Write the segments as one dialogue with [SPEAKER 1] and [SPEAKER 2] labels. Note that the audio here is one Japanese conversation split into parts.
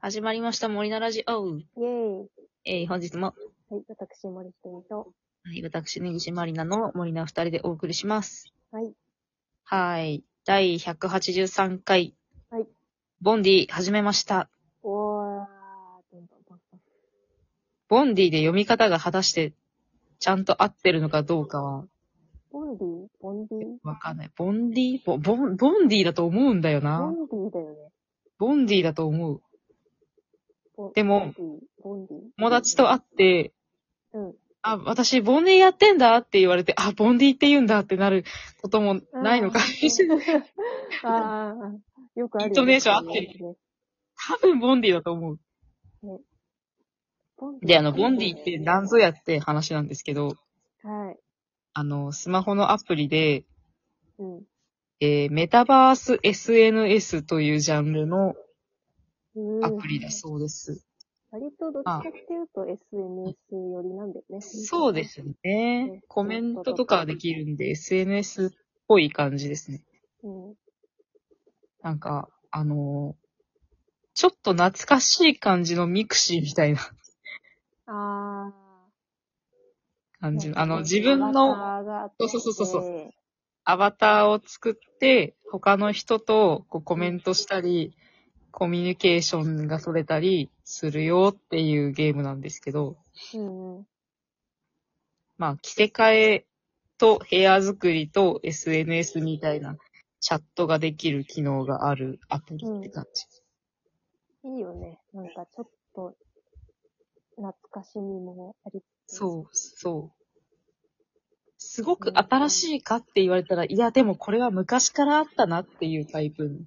[SPEAKER 1] 始まりました、森菜ラジオ。
[SPEAKER 2] イェーイ。
[SPEAKER 1] えー、本日も、
[SPEAKER 2] はい、私、森ひとみと。
[SPEAKER 1] はい、私、根岸まりなの森菜二人でお送りします。
[SPEAKER 2] はい。
[SPEAKER 1] はい。第183回。
[SPEAKER 2] はい。
[SPEAKER 1] ボンディ、始めました。
[SPEAKER 2] おー、どんどんどんどん。
[SPEAKER 1] ボンディで読み方が果たして、ちゃんと合ってるのかどうかは、
[SPEAKER 2] ボンディボンディ
[SPEAKER 1] わかんない。ボンディボ、ボン、ボンディだと思うんだよ
[SPEAKER 2] ボ
[SPEAKER 1] な。
[SPEAKER 2] ンディだよね。
[SPEAKER 1] ボンディだと思う。
[SPEAKER 2] ボ
[SPEAKER 1] でも、
[SPEAKER 2] ボンディボンディ
[SPEAKER 1] 友達と会って、
[SPEAKER 2] うん。
[SPEAKER 1] あ、私、ボンディやってんだって言われて、あ、ボンディって言うんだってなることもないのか。
[SPEAKER 2] あーあー、よくある
[SPEAKER 1] イ
[SPEAKER 2] よね。
[SPEAKER 1] ントネーション合って
[SPEAKER 2] る。
[SPEAKER 1] 多分ボンディだと思う。
[SPEAKER 2] ボンディ
[SPEAKER 1] で、あの、ボンディって何ぞやって話なんですけど、
[SPEAKER 2] はい。
[SPEAKER 1] あの、スマホのアプリで、
[SPEAKER 2] うん。
[SPEAKER 1] えーメタバース SNS というジャンルの
[SPEAKER 2] うん
[SPEAKER 1] アプリだそうです。
[SPEAKER 2] 割とどっちかっていうと SNS 寄りなんだよね。
[SPEAKER 1] そうで。すね
[SPEAKER 2] ね。
[SPEAKER 1] コメントとかはできるんで、SNS っぽい感じですね。
[SPEAKER 2] うん。
[SPEAKER 1] なんか、あのーちょっと懐かしい感じのミクシーみたいな
[SPEAKER 2] あ
[SPEAKER 1] 感じの、
[SPEAKER 2] ー。
[SPEAKER 1] あの、自分の
[SPEAKER 2] の
[SPEAKER 1] そうそうそうそうアバターを作って、他の人とこうコメントしたり、コミュニケーションが取れたりするよっていうゲームなんですけど、
[SPEAKER 2] うんうん。
[SPEAKER 1] まあ、着せ替えと部屋作りと SNS みたいなチャットができる機能があるアプリって感じ。
[SPEAKER 2] いいよね。なんかちょっと、懐かしみもありつつ。
[SPEAKER 1] そう、そう。すごく新しいかって言われたら、いや、でもこれは昔からあったなっていうタイプ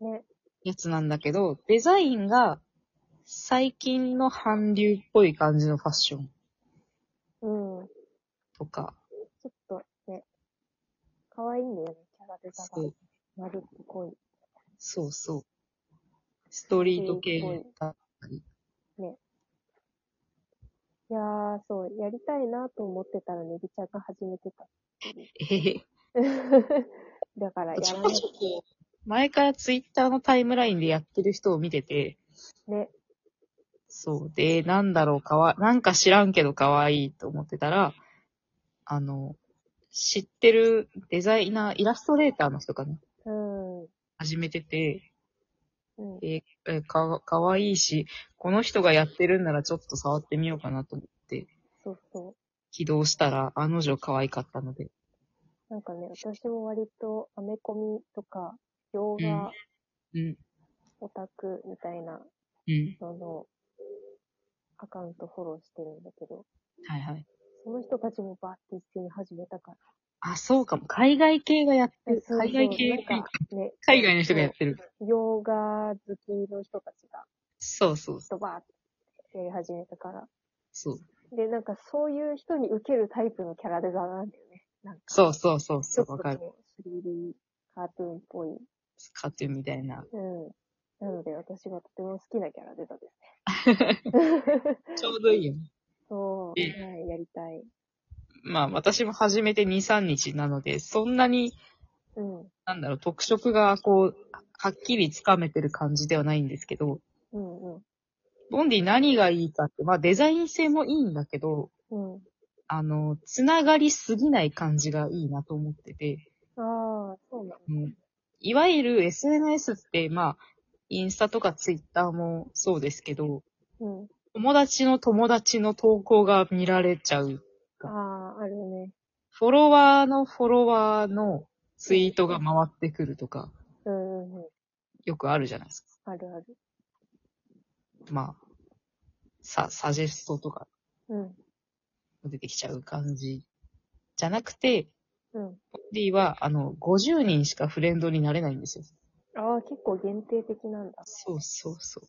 [SPEAKER 1] の
[SPEAKER 2] ね。
[SPEAKER 1] やつなんだけど、デザインが最近の韓流っぽい感じのファッション
[SPEAKER 2] うん。
[SPEAKER 1] とか、
[SPEAKER 2] ちょっとね、可愛いんだよね。キャラデザ
[SPEAKER 1] そ
[SPEAKER 2] が
[SPEAKER 1] う、
[SPEAKER 2] 丸っこい。
[SPEAKER 1] そうそう。ストリート系だったり。
[SPEAKER 2] いやー、そう、やりたいなと思ってたらねぎちゃんが始めてた。
[SPEAKER 1] えへへ
[SPEAKER 2] だから や
[SPEAKER 1] ちょ
[SPEAKER 2] ら
[SPEAKER 1] こ
[SPEAKER 2] な
[SPEAKER 1] ち
[SPEAKER 2] い
[SPEAKER 1] ょこ、前からツイッターのタイムラインでやってる人を見てて、
[SPEAKER 2] ね。
[SPEAKER 1] そうで、なんだろう、かわ、なんか知らんけど可愛いと思ってたら、あの、知ってるデザイナー、イラストレーターの人かな
[SPEAKER 2] うん。う
[SPEAKER 1] 始めてて、
[SPEAKER 2] ん。
[SPEAKER 1] えーえーか、かわいいし、この人がやってるんならちょっと触ってみようかなと思って、
[SPEAKER 2] そうそ
[SPEAKER 1] 起動したら、あの女可愛かったので、
[SPEAKER 2] う。なんかね、私も割とアメコミとか、洋
[SPEAKER 1] うん
[SPEAKER 2] 画、
[SPEAKER 1] うん、
[SPEAKER 2] オタクみたいな
[SPEAKER 1] うん、
[SPEAKER 2] のの、アカウントフォローしてるんだけど、
[SPEAKER 1] はいはい。
[SPEAKER 2] その人たちもバーって一斉に始めたから。
[SPEAKER 1] あ、そうかも。海外系がやってる。海外系
[SPEAKER 2] なんか、ね、
[SPEAKER 1] 海外の人がやってる。
[SPEAKER 2] 洋画好きの人たちが、
[SPEAKER 1] そうそう
[SPEAKER 2] ドバーってやり始めたから。
[SPEAKER 1] そう。
[SPEAKER 2] で、なんかそういう人に受けるタイプのキャラデザなんだよね。なんか、
[SPEAKER 1] そうそうそう
[SPEAKER 2] ち
[SPEAKER 1] そ
[SPEAKER 2] ょっ
[SPEAKER 1] う、わ
[SPEAKER 2] と
[SPEAKER 1] かる。
[SPEAKER 2] こう 3D カートゥーンっぽい。
[SPEAKER 1] カートゥーンみたいな。
[SPEAKER 2] うん。なので私がとても好きなキャラデザです ね。
[SPEAKER 1] ちょうどいいよね。
[SPEAKER 2] そう、
[SPEAKER 1] え
[SPEAKER 2] はい、やりたい。
[SPEAKER 1] まあ、私も始めて2、3日なので、そんなに、
[SPEAKER 2] うん。
[SPEAKER 1] なんだろう、特色が、こう、はっきりつかめてる感じではないんですけど、
[SPEAKER 2] うん
[SPEAKER 1] ボンディ何がいいかって、まあ、デザイン性もいいんだけど、
[SPEAKER 2] うん。うん。
[SPEAKER 1] あの、つながりすぎない感じがいいなと思ってて、
[SPEAKER 2] ああ、そうな
[SPEAKER 1] うんいわゆる SNS って、まあ、インスタとかツイッターもそうですけど、
[SPEAKER 2] の。
[SPEAKER 1] 友達の友達の投稿が見られちゃう
[SPEAKER 2] うん。ああ、あるよね。
[SPEAKER 1] フォロワーのフォロワーのツイートが回ってくるとか、
[SPEAKER 2] うんうんうん。
[SPEAKER 1] よくあるじゃないです
[SPEAKER 2] あるある。
[SPEAKER 1] か。まあ、さ、サジェストとか
[SPEAKER 2] うん。
[SPEAKER 1] 出てきちゃう感じ。じゃなくて、
[SPEAKER 2] うん。
[SPEAKER 1] ボディは、あの、50人しかフレンドになれないんですよ。
[SPEAKER 2] ああ、結構限定的なんだ。
[SPEAKER 1] そうそうそ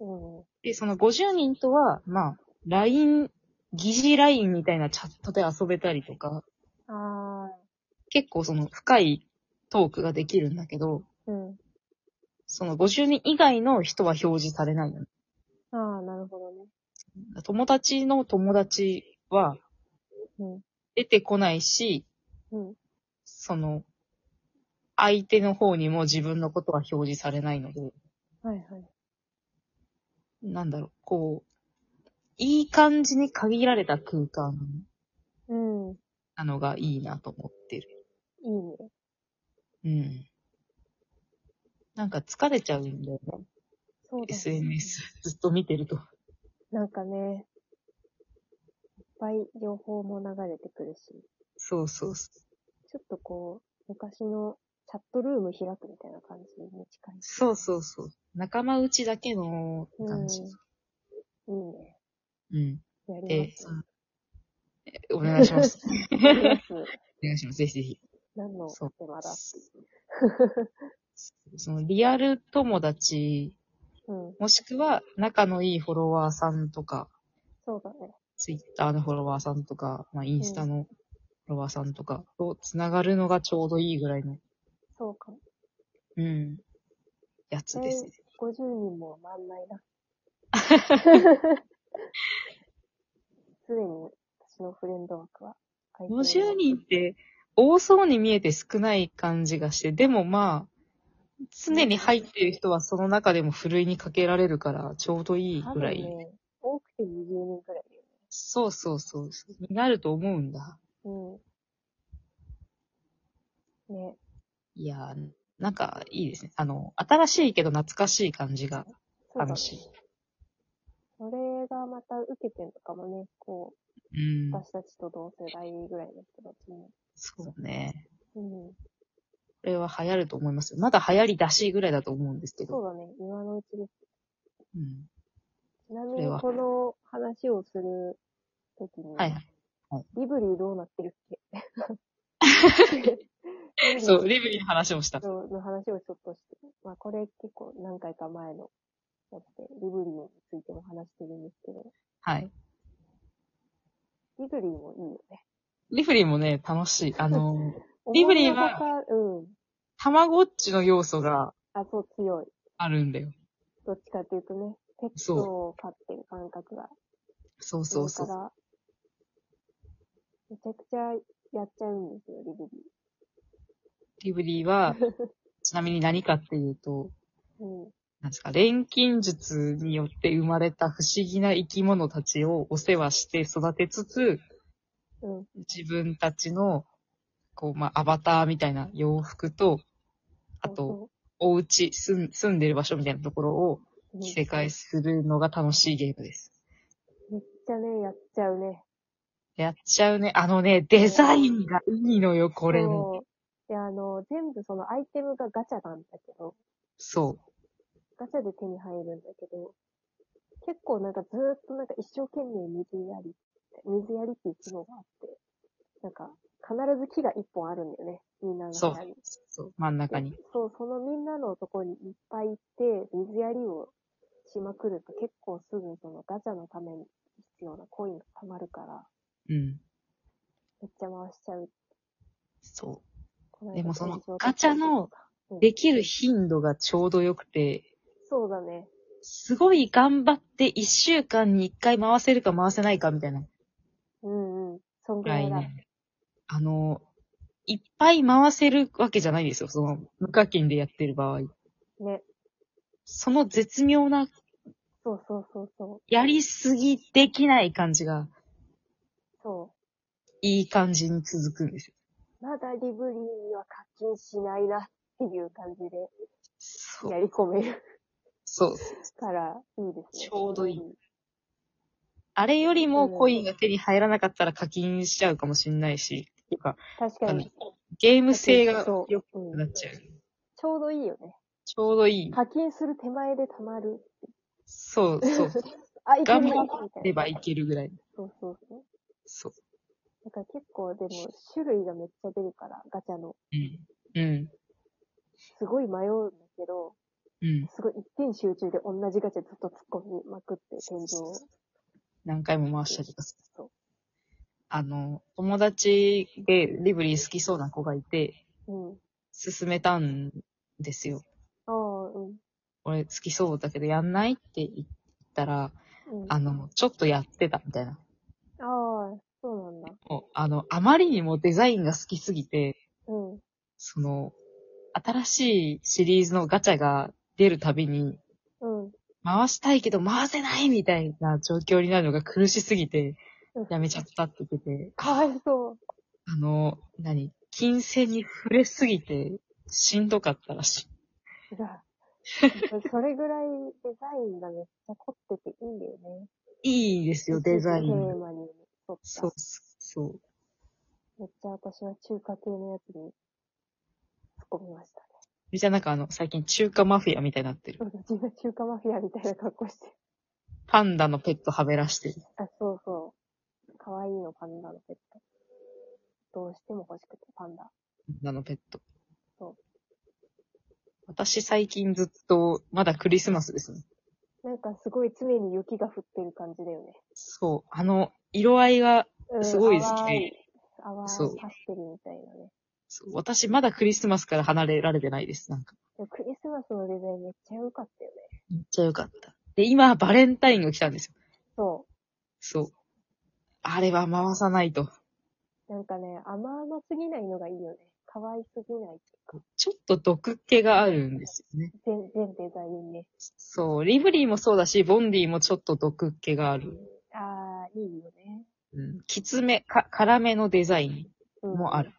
[SPEAKER 1] う。
[SPEAKER 2] うんうん。
[SPEAKER 1] で、その50人とは、まあ、LINE、疑似 LINE みたいなチャットで遊べたりとか、
[SPEAKER 2] ああ、
[SPEAKER 1] 結構その深いトークができるんだけど、
[SPEAKER 2] うん。
[SPEAKER 1] その50人以外の人は表示されないの。
[SPEAKER 2] ああ、なるほどね。
[SPEAKER 1] 友達の友達は
[SPEAKER 2] うん。
[SPEAKER 1] 出てこないし、
[SPEAKER 2] うん。
[SPEAKER 1] その、相手の方にも自分のことは表示されないので、
[SPEAKER 2] はいはい。
[SPEAKER 1] なんだろう、こう、いい感じに限られた空間
[SPEAKER 2] うん。
[SPEAKER 1] なのがいいなと思ってる。
[SPEAKER 2] いいね。
[SPEAKER 1] うん。なんか疲れちゃうんだよね。
[SPEAKER 2] そうだ、ね。
[SPEAKER 1] SNS ずっと見てると。
[SPEAKER 2] なんかね、いっぱい情報も流れてくるし、
[SPEAKER 1] そうそうそ。。
[SPEAKER 2] ちょっとこう、昔のチャットルーム開くみたいな感じに近いう
[SPEAKER 1] そうそうそう。仲間内だけの
[SPEAKER 2] うん。
[SPEAKER 1] 感
[SPEAKER 2] い
[SPEAKER 1] じ。
[SPEAKER 2] いね。
[SPEAKER 1] うん。
[SPEAKER 2] やり
[SPEAKER 1] で
[SPEAKER 2] ま、す
[SPEAKER 1] そ。のえ お願いします。
[SPEAKER 2] やりま す。
[SPEAKER 1] お願いします。ぜひぜひ。
[SPEAKER 2] 何の
[SPEAKER 1] そう
[SPEAKER 2] 手間だ。
[SPEAKER 1] そのリアル友達、
[SPEAKER 2] うん。
[SPEAKER 1] もしくは仲のいいフォロワーさんとか、
[SPEAKER 2] そうだね。
[SPEAKER 1] ツイッターのフォロワーさんとか、まあ、インスタのフォロワーさんとかと繋がるのがちょうどいいぐらいの、
[SPEAKER 2] そうかも。
[SPEAKER 1] うん、やつですね。
[SPEAKER 2] 50人も回んない な。すでに私のフレンド枠は開いてない
[SPEAKER 1] 50人って多そうに見えて少ない感じがして、でもまあ、常に入ってる人はその中でもふるいにかけられるから、ちょうどいい
[SPEAKER 2] 多
[SPEAKER 1] ぐら
[SPEAKER 2] 分
[SPEAKER 1] い。
[SPEAKER 2] ね、多くて20人くらいだよ
[SPEAKER 1] そうそうそう。になると思うんだ。
[SPEAKER 2] ね。うん。ね。
[SPEAKER 1] いやー、なんかいいですね。あの、新しいけど懐かしい感じが
[SPEAKER 2] そうだね
[SPEAKER 1] 楽。し
[SPEAKER 2] それがまた受けてるのかもね、こ
[SPEAKER 1] い。
[SPEAKER 2] う、
[SPEAKER 1] うん。
[SPEAKER 2] 私たちと同世代ぐらいの人たちも。
[SPEAKER 1] そうね。
[SPEAKER 2] うん。
[SPEAKER 1] これは流行ると思いますよ。まだ流行りだしぐらいだと思うんですけ
[SPEAKER 2] そ
[SPEAKER 1] ど。
[SPEAKER 2] うだね、今のうちです。
[SPEAKER 1] うん。
[SPEAKER 2] ちなみ
[SPEAKER 1] それ
[SPEAKER 2] に
[SPEAKER 1] は
[SPEAKER 2] この話をするときに、
[SPEAKER 1] はいはい。
[SPEAKER 2] リブリーどうなってる っけ
[SPEAKER 1] そう、リブリーの話をした。
[SPEAKER 2] そうの話をちょっとして、まあこれ結構何回か前のやつで、リブリーについても話してるんですけど、
[SPEAKER 1] はい。
[SPEAKER 2] リブリーもいいよね。
[SPEAKER 1] リブリーもね、楽しい。あの、リブリーは
[SPEAKER 2] 思いのほか、うん。
[SPEAKER 1] たまごっちの要素が
[SPEAKER 2] あ、そう、強い。
[SPEAKER 1] あるんだよ。
[SPEAKER 2] どっちかっていうとね、ペット
[SPEAKER 1] そう
[SPEAKER 2] を飼ってる感覚が
[SPEAKER 1] そう
[SPEAKER 2] する
[SPEAKER 1] そうそ
[SPEAKER 2] か
[SPEAKER 1] う。
[SPEAKER 2] ら、めちゃくちゃやっちゃうんですよ、リブ
[SPEAKER 1] リブリー は、ちなみに何かっていうと、
[SPEAKER 2] リー。うん。
[SPEAKER 1] なんですか、錬金術によって生まれた不思議な生き物たちをお世話して育てつつ、
[SPEAKER 2] うん。
[SPEAKER 1] 自分たちの、こう、まあ、アバターみたいな洋服と、あと、お家、住ん住んでる場所みたいなところを
[SPEAKER 2] そう、
[SPEAKER 1] 着せ替えするのが楽しいゲームです。
[SPEAKER 2] めっちゃね、やっちゃうね。
[SPEAKER 1] やっちゃうね。あのね、デザインがいいのよ、これも。
[SPEAKER 2] そう。で、あの、全部そのアイテムがガチャなんだけど、
[SPEAKER 1] そう。
[SPEAKER 2] ガチャで手に入るんだけど、結構なんかずーっとなんか一生懸命水やり、水やりっていう機能があって、なんか必ず木が一本あるんだよね、みんなの
[SPEAKER 1] そう
[SPEAKER 2] 部屋に。。
[SPEAKER 1] そう。真ん中に。
[SPEAKER 2] そう、そのみんなのとこにいっぱい行って、水やりをしまくると結構すぐそのガチャのために必要なコインが溜まるから、
[SPEAKER 1] うん。
[SPEAKER 2] めっちゃ回しちゃう。
[SPEAKER 1] そ
[SPEAKER 2] この
[SPEAKER 1] う。で
[SPEAKER 2] 間
[SPEAKER 1] もその
[SPEAKER 2] 友達、
[SPEAKER 1] ガチャの、
[SPEAKER 2] うん
[SPEAKER 1] できる頻度がちょうど良くて、
[SPEAKER 2] そうだね。
[SPEAKER 1] すごい頑張って一週間に一回回せるか回せないかみたいな
[SPEAKER 2] うんうん。そんぐら
[SPEAKER 1] 来
[SPEAKER 2] いだ。
[SPEAKER 1] 年。あの、いっぱい回せるわけじゃないですよ。その、無課金でやってる場合。
[SPEAKER 2] ね。
[SPEAKER 1] その絶妙な、
[SPEAKER 2] そうそうそうそう。
[SPEAKER 1] やりすぎできない感じが、
[SPEAKER 2] そ
[SPEAKER 1] いい感じに続くんですよ。
[SPEAKER 2] う。まだリブリーには課金しないなっていう感じで
[SPEAKER 1] そ
[SPEAKER 2] や
[SPEAKER 1] う。
[SPEAKER 2] り込める
[SPEAKER 1] そう。
[SPEAKER 2] からいいですね。
[SPEAKER 1] ちょうどいい
[SPEAKER 2] リブ
[SPEAKER 1] あれよりもコインが手に入らなかったら課金しちゃうかもしれないし、っていうか、
[SPEAKER 2] リー。確かに。
[SPEAKER 1] ゲーム性が
[SPEAKER 2] そ
[SPEAKER 1] 良
[SPEAKER 2] う
[SPEAKER 1] くなっちゃう。
[SPEAKER 2] ちょうどいいよね。
[SPEAKER 1] ちょうどいい。
[SPEAKER 2] 課金する手前で溜まる。
[SPEAKER 1] そうそう。
[SPEAKER 2] あ、いける
[SPEAKER 1] 頑
[SPEAKER 2] みた
[SPEAKER 1] 張
[SPEAKER 2] い
[SPEAKER 1] れば
[SPEAKER 2] な。
[SPEAKER 1] いけるぐらい。
[SPEAKER 2] そうそうそう。
[SPEAKER 1] そう。
[SPEAKER 2] だから結構でも種類がめっちゃ出るから、ガチャの。
[SPEAKER 1] うん。うん。
[SPEAKER 2] すごい迷うんだけど、
[SPEAKER 1] うん。
[SPEAKER 2] すごい一点集中で同じガチャずっと突っ込みまくって、天井を。
[SPEAKER 1] 何回も回したりとかする
[SPEAKER 2] そ
[SPEAKER 1] あの、友達でリブリー好きそうな子がいて、
[SPEAKER 2] う。うん。
[SPEAKER 1] 勧めたんですよ。
[SPEAKER 2] ああ、うん。
[SPEAKER 1] 俺好きそうだけどやんないって言ったら、
[SPEAKER 2] うん、あ
[SPEAKER 1] あの、ちょっとやってたみたいな。
[SPEAKER 2] あ、そうなんだ。
[SPEAKER 1] もうあの、あまりにもデザインが好きすぎて、
[SPEAKER 2] うん。
[SPEAKER 1] その、新しいシリーズのガチャが出るたびに、
[SPEAKER 2] うん。
[SPEAKER 1] 回したいけど回せないみたいな状況になるのが苦しすぎて、やめちゃったって言ってて、
[SPEAKER 2] かわいそう。
[SPEAKER 1] あの、何金銭に触れすぎて、しんどかったらしい。
[SPEAKER 2] じゃあ、それぐらいデザインがめっちゃ凝ってていいんだよね。
[SPEAKER 1] いいですよ、デザイ
[SPEAKER 2] テ
[SPEAKER 1] ン。
[SPEAKER 2] ーマに沿っ
[SPEAKER 1] そう
[SPEAKER 2] た。
[SPEAKER 1] そう。
[SPEAKER 2] めっちゃ私は中華系のやつに突っ込みましたね。
[SPEAKER 1] めっちゃなんかあの、最近中華マフィアみたいになってる。
[SPEAKER 2] うん自分中華マフィアみたいな格好して。
[SPEAKER 1] パンダのペットはべらしてる。
[SPEAKER 2] あ、そうそう。かわいいの、パンダのペット。どうしても欲しくて、パンダ。
[SPEAKER 1] パンダのペット。
[SPEAKER 2] そう
[SPEAKER 1] 私最近ずっと、まだクリスマスですね。
[SPEAKER 2] なんかすごい常に雪が降ってる感じだよね。
[SPEAKER 1] そう。あの、色合いが、
[SPEAKER 2] うん、
[SPEAKER 1] すごいですね
[SPEAKER 2] 淡い。淡い
[SPEAKER 1] そう
[SPEAKER 2] パステルみたいなね。
[SPEAKER 1] そう私まだクリスマスから離れられてないです。なんか、
[SPEAKER 2] でもクリスマスのデザインめっちゃ良かったよね。
[SPEAKER 1] めっちゃ良かった。で、今、バレンタインが来たんですよ。
[SPEAKER 2] そ
[SPEAKER 1] そう。あれは回さないと。
[SPEAKER 2] う。なんかね、甘々すぎないのがいいよね。可愛すぎないっていうか。
[SPEAKER 1] ちょっと毒気があるんですよね。
[SPEAKER 2] 全、全デザインね。
[SPEAKER 1] そう。リブリーもそうだし、ボンディもちょっと毒気がある。
[SPEAKER 2] あー、いいよね。
[SPEAKER 1] うん。きつめ、か、辛めのデザイ
[SPEAKER 2] うん
[SPEAKER 1] ンもある。。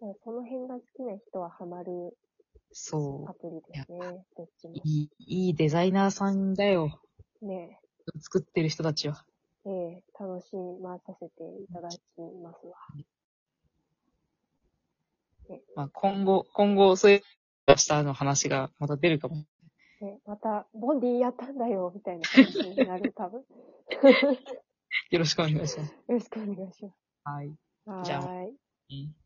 [SPEAKER 2] だからその辺が好きな人はハマる
[SPEAKER 1] そ
[SPEAKER 2] アプリですね。どっち
[SPEAKER 1] う。いい、いいデザイナーさんだよ。
[SPEAKER 2] も。ね
[SPEAKER 1] 作ってる人たちは。
[SPEAKER 2] え、ええ楽しまさせていただきますわ。
[SPEAKER 1] まあ、今後、今後、そういう、明日の話がまた出るかも。
[SPEAKER 2] ね、また、ボンディやったんだよ、みたいな感じになる、多分。よ
[SPEAKER 1] よろしくお願いします。
[SPEAKER 2] ろしくお願いします。
[SPEAKER 1] はい。
[SPEAKER 2] は
[SPEAKER 1] じゃあ
[SPEAKER 2] ーい。
[SPEAKER 1] うん